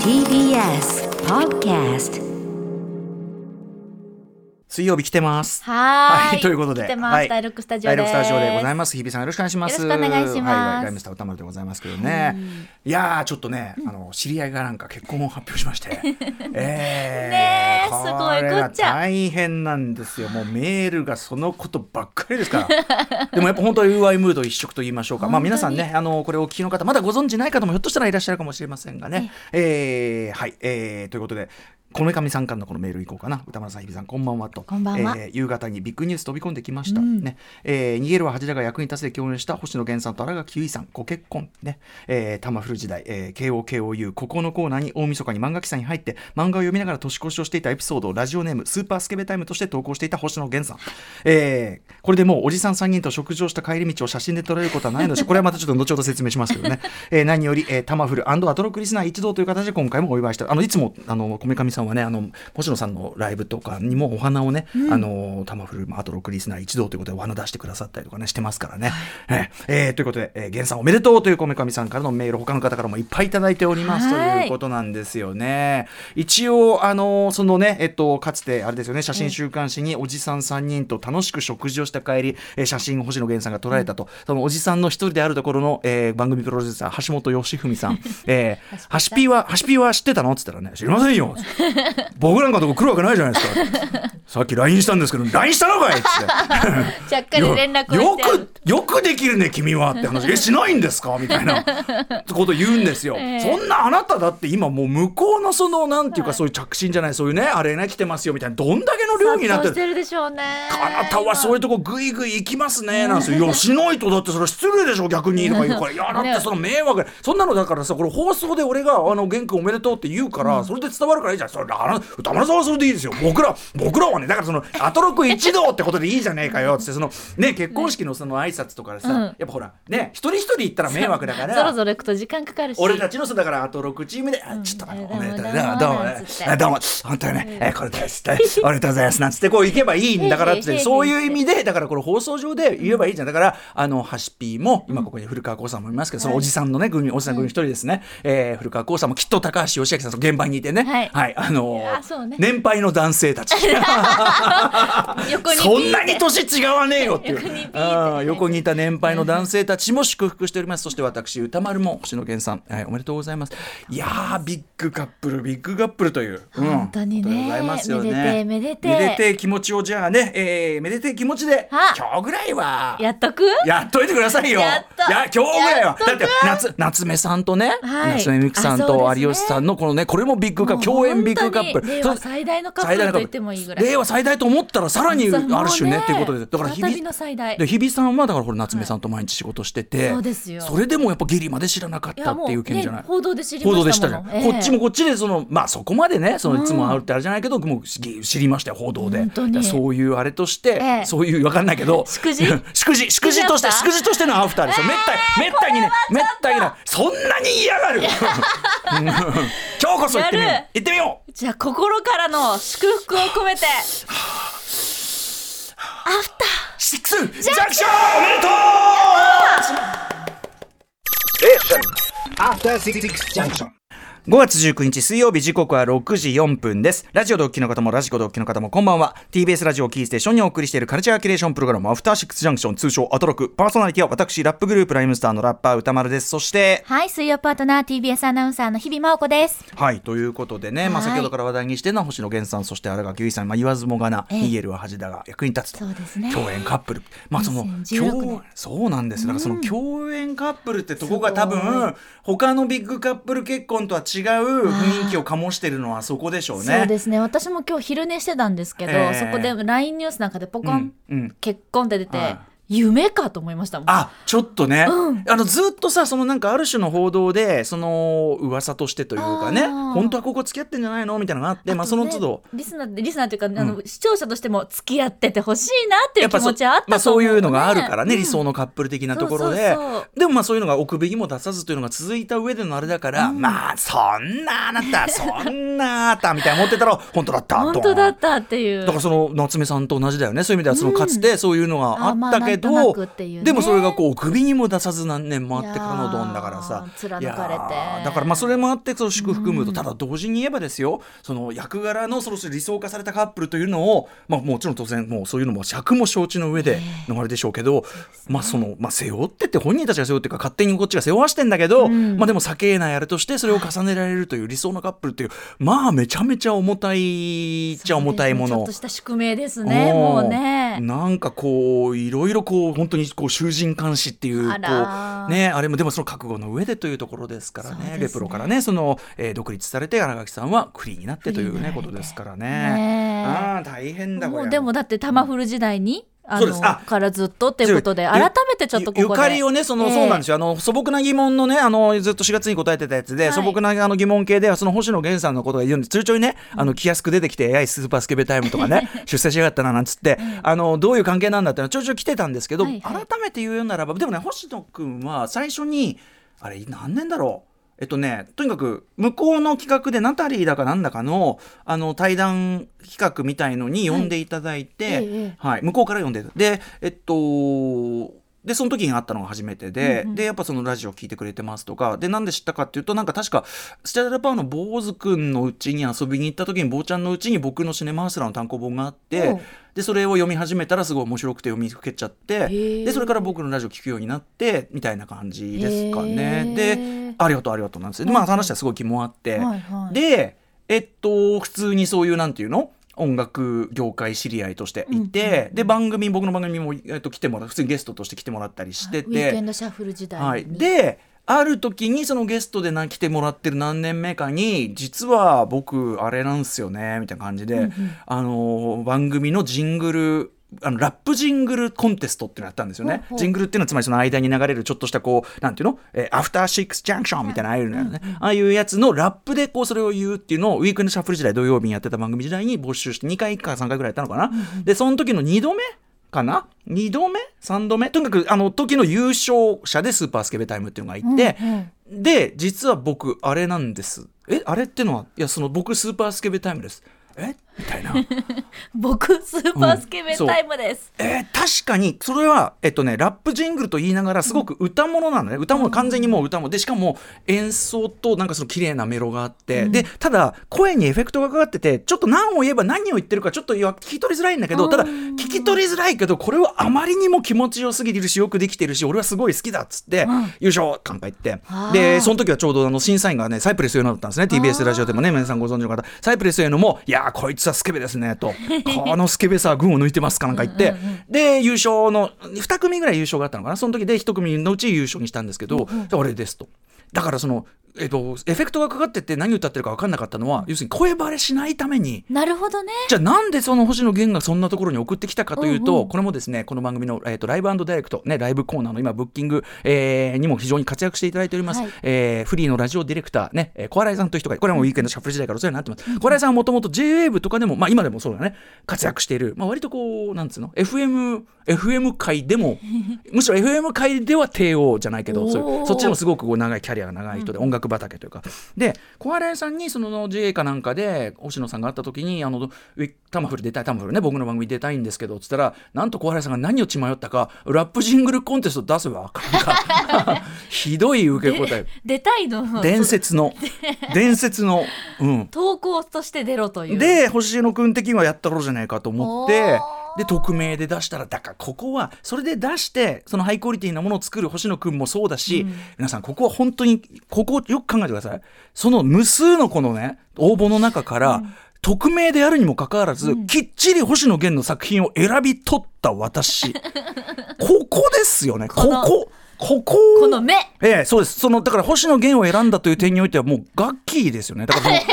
TBS Podcast 水曜日来てます。はーい。ということで、来てます。はいダイロックスタジオダです。イロックスタジオでございます。日比さんよろしくお願いします。よろしくお願いしますはい、ライムスター歌丸でございますけどね。いやーちょっとね、あの知り合いがなんか結婚を発表しま して、えねえすごいこれがこっちゃ大変なんですよ。もうメールがそのことばっかりですから。 でもやっぱ本当は UI ムード一色と言いましょうか。まあ皆さんね、あのこれをお聞きの方まだご存知ない方もひょっとしたらいらっしゃるかもしれませんがね。えー、はい、えー、ということで。この上さんからのこのメールいこうかな歌丸さん日比さんこんばんはとこんばんはえーえー夕方にビッグニュース飛び込んできました、ねえー逃げるは恥だが役に立つで共演した星野源さんと新垣結衣さんご結婚ね、えー、タマフル時代、えー、KOKOU ここのコーナーに大晦日に漫画記さんに入って漫画を読みながら年越しをしていたエピソードをラジオネームスーパースケベタイムとして投稿していた星野源さん、えーこれでもうおじさん3人と食事をした帰り道を写真で捉えることはないのでこれはまたちょっと後ほど説明しますけどね、えー何より、えータマフルアトロックリスナー一同という形で今回もお祝いしたあのいつもあのこめかみさんはねあの星野さんのライブとかにもお花をね、あのタマフル、まあ、アトロックリスナー一同ということでお花出してくださったりとかねしてますからね、えーえーということで、えー、源さんおめでとうというこめかみさんからのメール他の方からもいっぱいいただいておりますとはいいうことなんですよね一応あのそのねえっとかつてあれですよね写真週刊誌におじさん3人と楽しく食事をした帰り、えー写真を星野源さんが捉えたと、そのおじさんの一人であるところの、えー番組プロデューサー橋本義文 さん「えーハシピーはハシピーは知ってたの?」っつったらね「知りません よ」僕なんかのとこ来るわけないじゃないですかさっき LINE したんですけど LINE したのかいっつってちゃっかり連絡をして。よくよくできるね君はって話 えしないんですかみたいなこと言うんですよ、ええそんなあなただって今もう向こうのそのなんていうかそういう着信じゃないそういうねあれね来てますよみたいなどんだけの量になっ殺て到しるてるでしょうね。あなたはそういうとこぐいぐい行きますねなんです よ。いやしないとだってそれは失礼でしょ逆にとか言うからいやだってその迷惑だそんなのだからさこれ放送で俺があの玄君おめでとうって言うからそれで伝わるからいいじゃんそれだから歌丸さんはそれでいいですよ僕ら僕らはねだからそのアトロク一同ってことでいいじゃねえかよっつってそのね結婚式のその挨拶とかでさうんやっぱほらね一人一人行ったら迷惑だか 今。そろらそろ行くと時間かかるし。俺たちのさだからあと6チームで「あちょっとあのうんおめでとうどうどうももどうもなんつってあどうも本当にねえこれです」って「おめでとうございます」なんつってこう行けばいいんだからっつっへいへいへいてへいそういう意味 でだからこれ放送上で言えばいいじゃんだからあのハシピーも今ここに古川光さんもいますけどそのおじさんのね軍おじさん軍一人ですねえー古川光さんもきっと高橋義明さんと現場にいてねはいはいあのやそうね年配の男性たち横にそんなに年違わねえよっていう横にピーってあー横にいた年配の男性たちも祝福しておりますそして私歌丸も星野源さん、はい、おめでとうございますいやービッグカップルビッグカップルという、うん本当にねことでございますよねめでてえめめででてえてえ気持ちをじゃあね、えー、めでてえ気持ちでは今日ぐらいはやっとくやっといてくださいよ。やっといや今日ぐらいやはっとくだって夏夏目さんとね、はい夏目美久さんあそうとですね有吉さんのこのねこれもビッグカップ共演ビッグカップ本当にル。令そ和う最大のカップルと言ってもいいぐらい。令和最大と思ったらさらにある種ねもっうていうことでだから再びの最大。で日比さんはだからこれ夏目さんと毎日仕事してて、はいそうですよそれでもやっぱギリまで知らなかっいたっていう件じゃないね、報道で知りましたも報ん道でしたじゃん、ええこっちもこっちでそのまあそこまでねそのいつも会うってあれじゃないけど、もうし知りましたよ報道で本当にそういうあれとして、ええそういうわかんないけど祝辞 祝辞祝辞として祝祝辞アフター辞としてのアフターですよ、めったにめったにねめったにねそんなに嫌 がる今日こそ行ってみようやる行ってみようじゃあ心からの祝福を込めて。シックスジャンクションおめでとう After Six Junction. 5月19日水曜日時刻は6時4分です。ラジオでお聞きの方もラジコでお聞きの方もこんばんは。TBS ラジオをキーステーションにお送りしているカルチャーキュレーションプログラムアフターシックスジャンクション通称アトロク。パーソナリティは私、ラップグループライムスターのラッパー歌丸です。そして、はい、水曜パートナー TBS アナウンサーの日々真央子です。はい、ということでね、まあ、はい先ほどから話題にしてるのは星野源さん、そして新垣結衣さん、まあ、言わずもがな、ええ逃げるは恥だが役に立つと。そうですね共演カップル。まあ、その、 2016共年、そうなんです。だから、その共演カップルってとこが多すご分、他のビッグカップル結婚とは違う雰囲気を醸してるのはそこでしょうね。そうですね私も今日昼寝してたんですけど、ええそこで LINE ニュースなんかでポコン、うんうん結婚って出て、は夢かと思いましたもん。あちょっとね、うんあのずっとさそのなんかある種の報道でその噂としてというかねあー本当はここ付き合ってんじゃないのみたいなのがあってまあ、とそのね都度。リスナーリスナーというか、あの視聴者としても付き合っててほしいなっていやっう気ぱそ持ちはあっまあ、たとそ思うう、いうのがあるかららね、理想のカップル的なところでそうそうそでもまあそういうのが奥引きも出さずというのが続いた上でのあれだから、まあそんなあなたそんなあなたみたいな思ってたら本当だった本ドー当ンだったっていうだからその夏目さんと同じだよねそういう意味ではそのかつてそういうのがあったけけ甘ど、くっていうねでもそれがこう首にも出さず何年もあってからのドンだからさいやー貫かれていやーだからまあそれもあってその祝福ムード、ただ同時に言えばですよその役柄のその理想化されたカップルというのを、まあ、もちろん当然もうそういうのも尺も承知の上でのあれでしょうけど、まあそのまあ、背負ってって本人たちが背負うっていうか勝手にこっちが背負わしてんだけど、まあ、でも避けえないあれとしてそれを重ねられるという理想のカップルというまあめちゃめちゃ重たいっちゃ重たいもちょのっと。した宿命ですね、もおーうね。なんかこういろいろこう本当にこう囚人監視っていうこあらうねあれもでもその覚悟の上でというところですからそうでねすねレプロからねその、えー独立されて新垣さんはクリーになってというフリーにねなられこてとですからね。ねえああ大変だこもれ。うでもだってタマフル時代に、あそうですあのからずっとっていうことでゆ改めてちょっとここでゆゆかりをねその、ええそうなんですよあの素朴な疑問のねあのずっと4月に答えてたやつで、はい素朴なあの疑問系ではその星野源さんのことが非常に通帳にねあの来やすく出てきて AI スーパースケベタイムとか ね出世しやがったななんつって、あのどういう関係なんだってのはちょいちょい来てたんですけど、はいはい改めて言うならばでもね星野くんは最初にあれ何年だろうえっとね、とにかく向こうの企画でナタリーだかなんだかのあの対談企画みたいのに呼んでいただいて、はいええはい、向こうから読んでたでえっとでその時に会ったのが初めてで、でやっぱそのラジオ聞いてくれてますとかでなんで知ったかっていうとなんか確かスチャダラパーの坊主くんのうちに遊びに行った時に坊ちゃんのうちに僕のシネマハスラーの単行本があって、うんでそれを読み始めたらすごい面白くて読みふけちゃってーでそれから僕のラジオ聞くようになってみたいな感じですかね。へでーありがとうありがとうなんですよ。でまあ話はすごい気もあって、はいはいでえっと普通にそういうなんていうの音楽業界知り合いとしていて、で番組僕の番組も、えっと、来てもらう普通にゲストとして来てもらったりしてウィーてクエンドシャッフル時代に。はい、である時にそのゲストでな来てもらってる何年目かに実は僕あれなんすよねみたいな感じで、あの番組のジングルあのラップジングルコンテストっていうのやったんですよね。ジングルっていうのはつまりその間に流れるちょっとしたこうなんていうの、えーアフターシックスジャンクションみたいなああいうのやね、ああいうやつのラップでこうそれを言うっていうのをウィークエンドシャッフル時代土曜日にやってた番組時代に募集して2回か3回ぐらいやったのかな。でその時の2度目かな2度目3度目とにかくあの時の優勝者でスーパースケベタイムっていうのがいて、で実は僕あれなんですえあれってのはいやその僕スーパースケベタイムですえみたいな僕スーパースケベタイムです。えー確かにそれはえっとねラップジングルと言いながらすごく歌物なのね、歌物完全にもう歌物でしかも演奏となんかその綺麗なメロがあって、でただ声にエフェクトがかかっててちょっと何を言えば何を言ってるかちょっと聞き取りづらいんだけどただ聞き取りづらいけどこれはあまりにも気持ちよすぎてるしよくできてるし俺はすごい好きだっつって、優勝感慨言ってあーでその時はちょうどあの審査員がねサイプレスいうのだったんですね TBS ラジオでもね皆さんご存知の方サイプレスいうのも「いやーこいつはスケベです ね」と「このスケベさは群を抜いてますか」なんか言ってで優勝の2組ぐらい優勝があったのかなその時で1組のうち優勝にしたんですけど「俺です」と。だからそのえっと、エフェクトがかかってて何歌ってるか分かんなかったのは要するに声バレしないためになるほどね。じゃあなんでその星野源がそんなところに送ってきたかというと、これもですねこの番組の、えー、とライブダイレクト、ね、ライブコーナーの今ブッキング、えーにも非常に活躍していただいております、はいえーフリーのラジオディレクター、ねえー、小新井さんという人がこれはもうウィークエンドシャッフル時代からお世話になってます、小新井さんはもともと JWAVE とかでも、まあ、今でもそうだね活躍している、まあ、割とこうなんつうの FM, FM 界で もむしろ FM 界では帝王じゃないけどそういおうーそっちのすごくこう長いキャリアが長い人で、音楽畑というかで小原井さんにその JA かなんかで星野さんが会った時にあのウィ「タマフル出たいタマフルね僕の番組出たいんですけど」っつったらなんと小原井さんが何を血迷ったかラップジングルコンテスト出せばあかん か ひどい受け答え出たいの伝説 の伝説のうん投稿として出ろという。で星野君的にはやったろうじゃないかと思っておーで匿名で出したらだからここはそれで出してそのハイクオリティなものを作る星野君もそうだし、皆さんここは本当にここをよく考えてくださいその無数のこのね応募の中から、匿名であるにもかかわらず、きっちり星野源の作品を選び取った 私ここですよねこのここここの目。いええ、そうです。その、だから星野源を選んだという点においては、もうガッキーですよね。だ からその、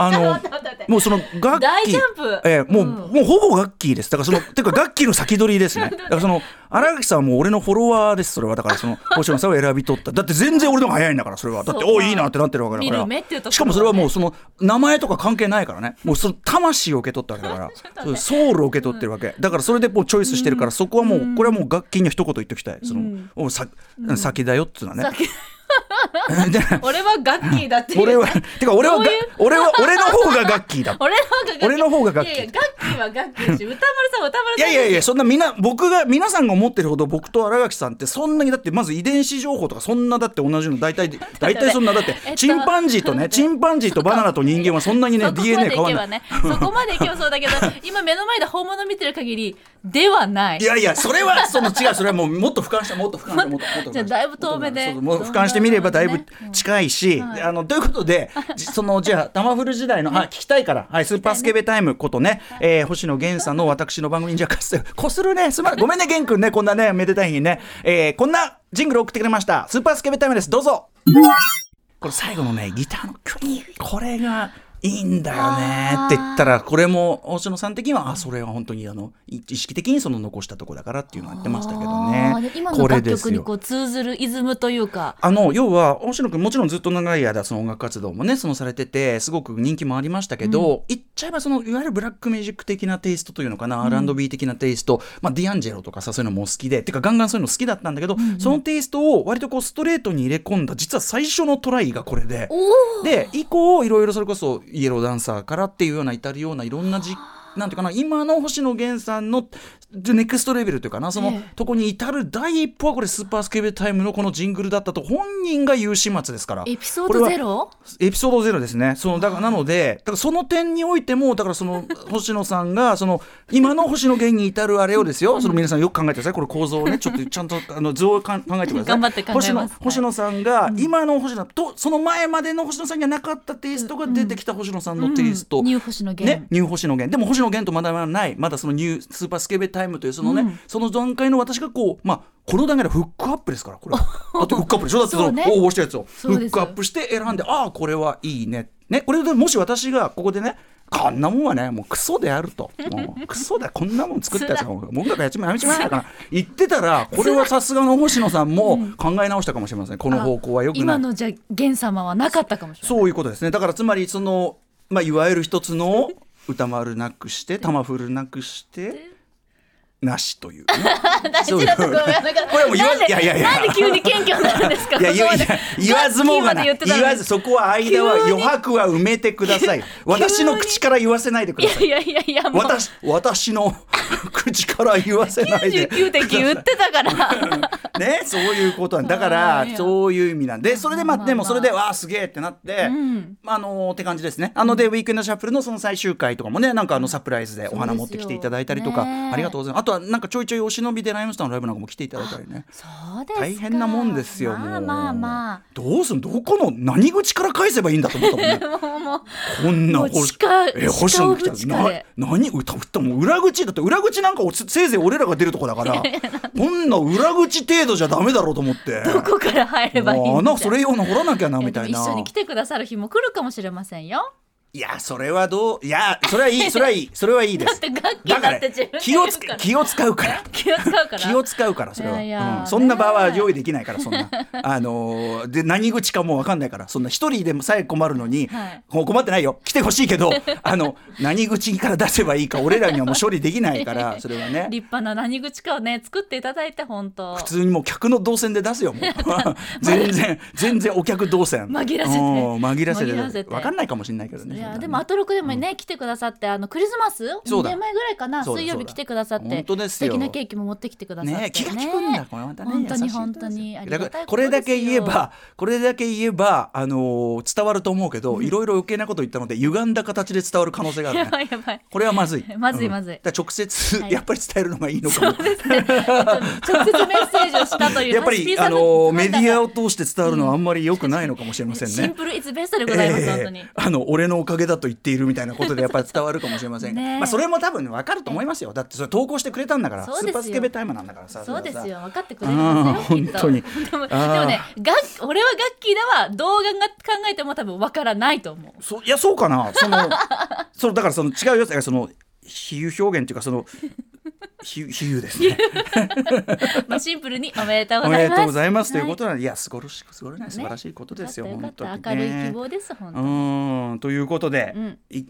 あの、もうそのガッキー。大ジャンプええ、もう、もうほぼガッキーです。だからそ の、てかガッキーの先取りですね。だからその、荒垣さんはもう俺のフォロワーです。それは、だからその、 星野さんを選び取った。だって全然俺の方が早いんだから、それは。だって、そうおお、いいなってなってるわけだから。見る目っていうところねしかもそれはもう、その、名前とか関係ないからね。もうその、魂を受け取ったわけだ から。そうソウルを受け取ってるわけ。だからそれでもうチョイスしてるから、そこはもう、これはもうガッキーに一言言っときたい。その、おさ先だよっていうのはね。 俺はガッキーだっていう俺は、てか俺はがそういう、俺は、俺の方がガッキーだ。俺の方が楽器俺の方が楽器いやいや楽器は楽器だし歌丸さんは歌丸いさんやいやいや、そんなみんな、僕が、皆さんが思ってるほど僕と新垣さんってそんなに、だってまず遺伝子情報とかそんなだって同じの、大体、大体そんな、だっ、えってとチンパンジーとね、チンパンジーとバナナと人間はそんなにね そ、こ DNA まで変いわけらなばい。ねそこまでいけばそうだけど今目の前で本物見てる限りではないいやいや、それは、 その違う、それはもう、もっと俯瞰して、もっと俯瞰して、もっと俯瞰して。じゃあだいぶ遠目でそうそうもう俯瞰してみれば、だいぶね近いし、はいあの、ということで、じ その、じゃあ、タマフル時代の、あ、聞きたいから、はい、スーパースケベタイムことね、えー星野源さんの私の番組に、じゃあ、か す、こするね、すまん、ごめんね、源くんね、こんなね、めでたい日にね、えーこんなジングル送ってくれました。スーパースケベタイムです、どうぞこれ最後のね、ギターのクリーンこれが、いいんだよねって言ったらこれも星野さん的にはあそれは本当にあのい意識的にその残したとこだからっていうのは言ってましたけどあーねで。今このれ楽です曲によこう通ずるイズムというかあの要は星野君もちろんずっと長い間その音楽活動もねそのされててすごく人気もありましたけど、言っちゃえばそのいわゆるブラックミュージック的なテイストというのかな、R&B 的なテイスト、まあ、ディアンジェロとかさそういうのも好きでてかガンガンそういうの好きだったんだけど、そのテイストを割とこうストレートに入れ込んだ実は最初のトライがこれで。おおで以降いろいろそれこそイエローダンサーからっていうような至るようないろんなじなんていうかな今の星野源さんのネクストレベルというかなその、ええとこに至る第一歩はこれスーパースケベタイムのこのジングルだったと本人が言う始末ですからエピソーこれドはゼロエピソードゼロですね。そのだからなので、だからその点においても、だからそ の星野さんがその今の星野源に至るあれをですよ。その皆さんよく考えてください。これ構造をね、 ちょっとちゃんとあの図をかん考えてください。頑張って考えます星野はい星野さんが今の星野とその前までの星野さんにはなかったテイストが出てきた星野さんのテイスト。ニュー星の源ね、ニュー星野源でも星野源とまだまだないまだそのニュースーパースケベタイムというそのね、うんその段階の私がこうまあこの段階でフックアップですからこれ はだってフックアップでしょだってそそのうね応募したやつをフそうでッすクアップして選んでああこれはいいねねこれでもし私がここでねこんなもんはねもうクソであるともうクソだこんなもん作ったや つがもう音楽やっちまやめちまえないから言ってたらこれはさすがの星野さんも考え直したかもしれませんこの方向はよくない今のじゃ源様はなかったかもしれないそういうことですね。だからつまりその、まあ、いわゆる一つの歌丸なく して、玉振るなくして、なしという、ね。大事 なところがなかったこれも言わなんでいやいやいやなんで急に謙虚になるんですかいや言わここまで言わずもがなガッキーまで言っいてたのに言わずそこは間は急に余白は埋めてくださ い私の口から言わせないでくださいいやいやいやもう私私の 口から言わせないで99.9言ってたからね、そういうことなんだかあらーいやそういう意味なんでそれでまあまあまあでもそれでわあすげえってなって、まああのーって感じですねあのでウィークエンドシャッフルのその最終回とかもねなんかあのサプライズでお花持ってきていただいたりとか、そうですよねありがとうございますあとはなんかちょいちょいお忍びでライムスターのライブなんかも来ていただいたりねそうですか大変なもんですよまもあうまあまあどうすんどこの何口から返せばいいんだと思ったもんね こんなもう鹿え星野来た鹿を口なで何歌ったもう裏口だって裏口なんかおせいぜい俺らが出るとこだ からこんな裏口程度じゃダメだろうと思ってどこから入ればいいんもうだ穴それ用の掘らなきゃなみたいいやなでも一緒に来てくださる日も来るかもしれませんよいやそれはどういやそれはいいそれはいいそれはいいで だっすて楽器だかだらって自分で気をつ言うから気を使うから気を使うから気を使うからそれは、いやいやうんそんな場は用意できないからそん なあのーで何口かもう分かんないからそんな一人でもさえ困るのに、はいこう困ってないよ来てほしいけ どあの何口から出せばいいか俺らにはもう処理できない からそれはね立派な何口かをね作っていただいて本当普通にもう客の動線で出すよ もう全然全然お客動線紛らせてうん紛らせて紛らせて分かんないかもしれないけどねそんいなやのでもアトロクでもね、来てくださってあのクリスマスそう2だ年前ぐらいかなそうだ水曜そう日だ来てくださって本当ですよ素敵なケーキも持ってきてくださって、ねえ気が利くんだ、これまたね本当優にしい人本ですよ当にありだがかたいらとこですれよだけ言えばこれだけ言えばあのー伝わると思うけどいろいろ余計なこと言ったので歪んだ形で伝わる可能性がある やねばいやばいこれはまずい まずいうんまずいだから直接はいやっぱり伝えるのがいいのかも直接メッセージをしたというやっぱハスピりーさあんののーメディアを通して伝わるのはあんまり良くないのかもしれま せんシンねプルイズベストでございます、ええ本当にあの俺のおかげだと言っているみたいなことでやっぱり伝わるかもしれませんが、 ねえまあそれも多分分かると思いますよだってそれ投稿してくれたんだからそうでスーすよパースケベタイムなんだからさそうですそれよはさ分かってくれるんですよきっとあー本当にでもであーもねガッ俺はガッキーだわ動画が考えても多分分からないと思うそういやそうかなその そうだからその違うよだからその比喩表現っていうかその比喩比喩です ねまあシンプルにおめでとおうごめざでとういますございますとはいうことなんでいやすごろしすごろない素晴らしいことですよよか本っ当たよかにった明るい希望ですう本当にーんということで、んい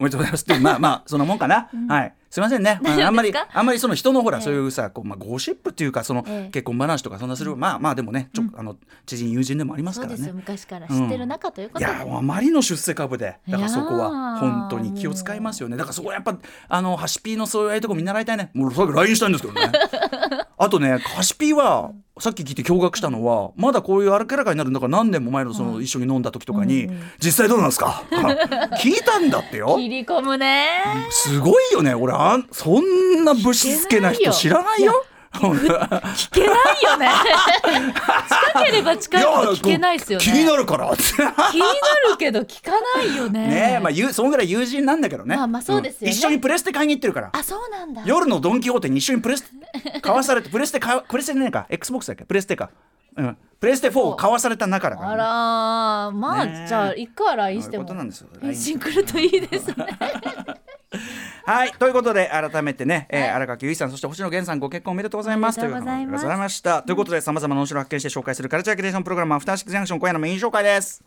おめでとうございますってまあまあそんなもんかな、はいすいませんね、ま 大丈夫ですあ、あんまりかあんまりその人のほら、ええそういうさこう、まあ、ゴシップっていうかその、ええ結婚話とかそんなする、まあまあでもねちょ、あの知人友人でもありますそかうらですねよ昔から知ってる仲というこいとで、やあまりの出世株でだからそこいやはー本当に気を使いますよねだからそこはやっぱあのハシピーのそういうとこ見習いたいねもうさっき LINE したんですけど ねあとねハシピーはさっき聞いて驚愕したのはまだこういう明らかになるんだから何年も前のその一緒に飲んだ時とかに「実際どうなんです か? 」聞いたんだってよ 切り込むねすごいよね俺あんそんなぶしつけな人知ら ないよ。聞けないよ ね近ければ近いほど聞けないですよね気になるからって気になるけど聞かないよ ねねえ、まあ、ゆそんぐらい友人なんだけどね。まあまあそうですよねん一緒にプレステ買いに行ってるから。あそうなんだ夜のドン・キホーテに一緒にプレステ買わされて、プレステ買わ、プレステじゃねえか、XBOX だっけ、プレステか。うん、プレステ4を買わされた中だからあね、らーまあ、ねえじゃあいくら LINE してもそういうことなんですよ返信来るといいですねはい、ということで、改めてね、えー荒垣結衣さん、そして星野源さん、ご結婚おめでとうございます。おめでとうございますとうことでありがとうございました。ということで、さまざまな面白を発見して紹介するカルチャーキュレーションプログラム、アフターシックスジャンクション、今夜のメイン紹介です。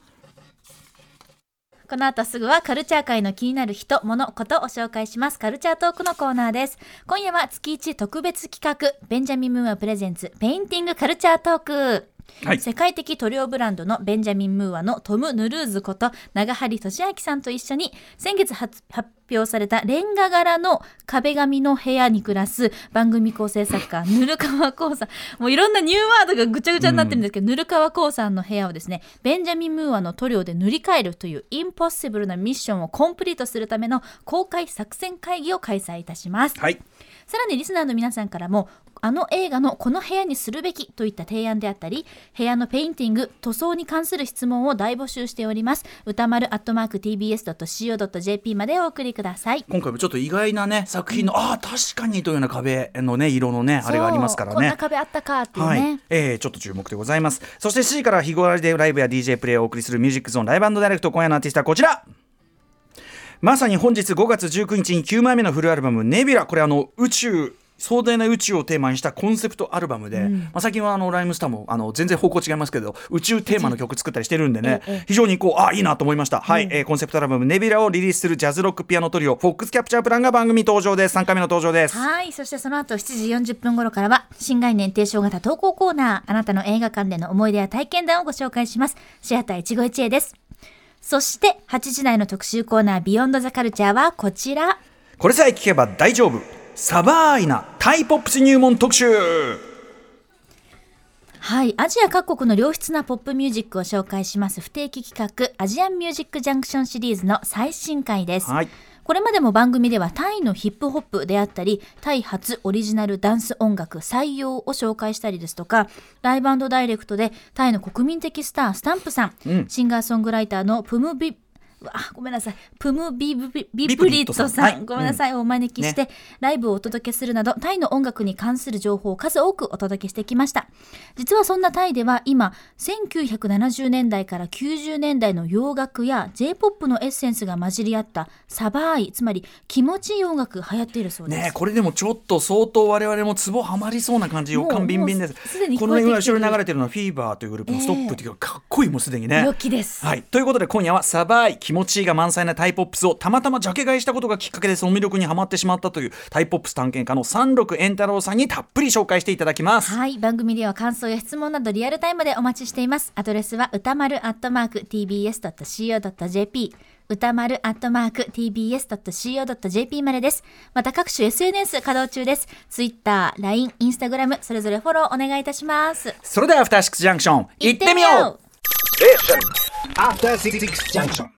この後すぐはカルチャー界の気になる人物ことを紹介しますカルチャートークのコーナーです今夜は月1特別企画ベンジャミン・ムーアプレゼンツペインティングカルチャートークはい世界的塗料ブランドのベンジャミン・ムーアのトム・ヌルーズこと長張俊明さんと一緒に先月発発表されたレンガ柄の壁紙の部屋に暮らす番組構成作家ぬるかわこうさんもういろんなニューワードがぐちゃぐちゃになってるんですけど、ぬるかわこうさんの部屋をですねベンジャミン・ムーアの塗料で塗り替えるというインポッシブルなミッションをコンプリートするための公開作戦会議を開催いたします。はい。さらにリスナーの皆さんからもあの映画のこの部屋にするべきといった提案であったり部屋のペインティング塗装に関する質問を大募集しております歌丸アットマーク TBS.CO.jp までお送りください今回もちょっと意外なね、作品の、ああ、確かにというような壁のね、色のね、あれがありますからね。そうこんな壁あったかっていうね、はいえーちょっと注目でございますそして7時から日替わりでライブや DJ プレイをお送りするミュージックゾーンライブダイレクト今夜のアーティストはこちらまさに本日5月19日に9枚目のフルアルバム「ネビュラ」これあの宇宙壮大な宇宙をテーマにしたコンセプトアルバムで、まあ、最近はあのライムスターもあの全然方向違いますけど宇宙テーマの曲作ったりしてるんでね非常にこうあいいなと思いました、はいえーコンセプトアルバム「ネビュラ」をリリースするジャズロックピアノトリオフォックスキャプチャープランが番組登場です3回目の登場ですはい。そしてその後7時40分頃からは、新概念提唱型投稿コーナー、あなたの映画館での思い出や体験談をご紹介します。シアター一期一会です。そして、8時台の特集コーナー、ビヨンドザカルチャーはこちら。これさえ聞けば大丈夫サバーイナタイポップス入門特集はい。アジア各国の良質なポップミュージックを紹介します不定期企画、アジアンミュージックジャンクションシリーズの最新回です。はいこれまでも番組ではタイのヒップホップであったり、タイ初オリジナルダンス音楽採用を紹介したりですとか、ライブダイレクトでタイの国民的スター、スタンプさん、シンガーソングライターのプムビ、あ、ごめんなさい、プムビブビビプリットさん、はいごめんなさい、お招きして、ライブをお届けするなど、タイの音楽に関する情報を数多くお届けしてきました。実はそんなタイでは今、1970年代から90年代の洋楽や J-POP のエッセンスが混じり合ったサバーイ、つまり気持ちいい音楽が流行っているそうです。ねえこれでもちょっと相当我々もツボはまりそうな感じ予感ビンビンですもうすでに聞ここえてきてるの今後ろに流れてるのはフィーバーというグループのストップっていうかかっこいいもうすでにね良きですはい、ということで今夜はサバーイ気持ちいいが満載なタイポップスをたまたまジャケ買いしたことがきっかけでその魅力にはまってしまったというタイポップス探検家の三六円太郎さんにたっぷり紹介していただきますはい番組では感想や質問などリアルタイムでお待ちしていますアドレスは歌丸アットマーク tbs.co.jp 歌丸アットマーク tbs.co.jp までですまた各種 SNS 稼働中ですツイッター、LINE、インスタグラムそれぞれフォローお願いいたしますそれではアフターシックスジャンクション行ってみようアフターシックスジャンクション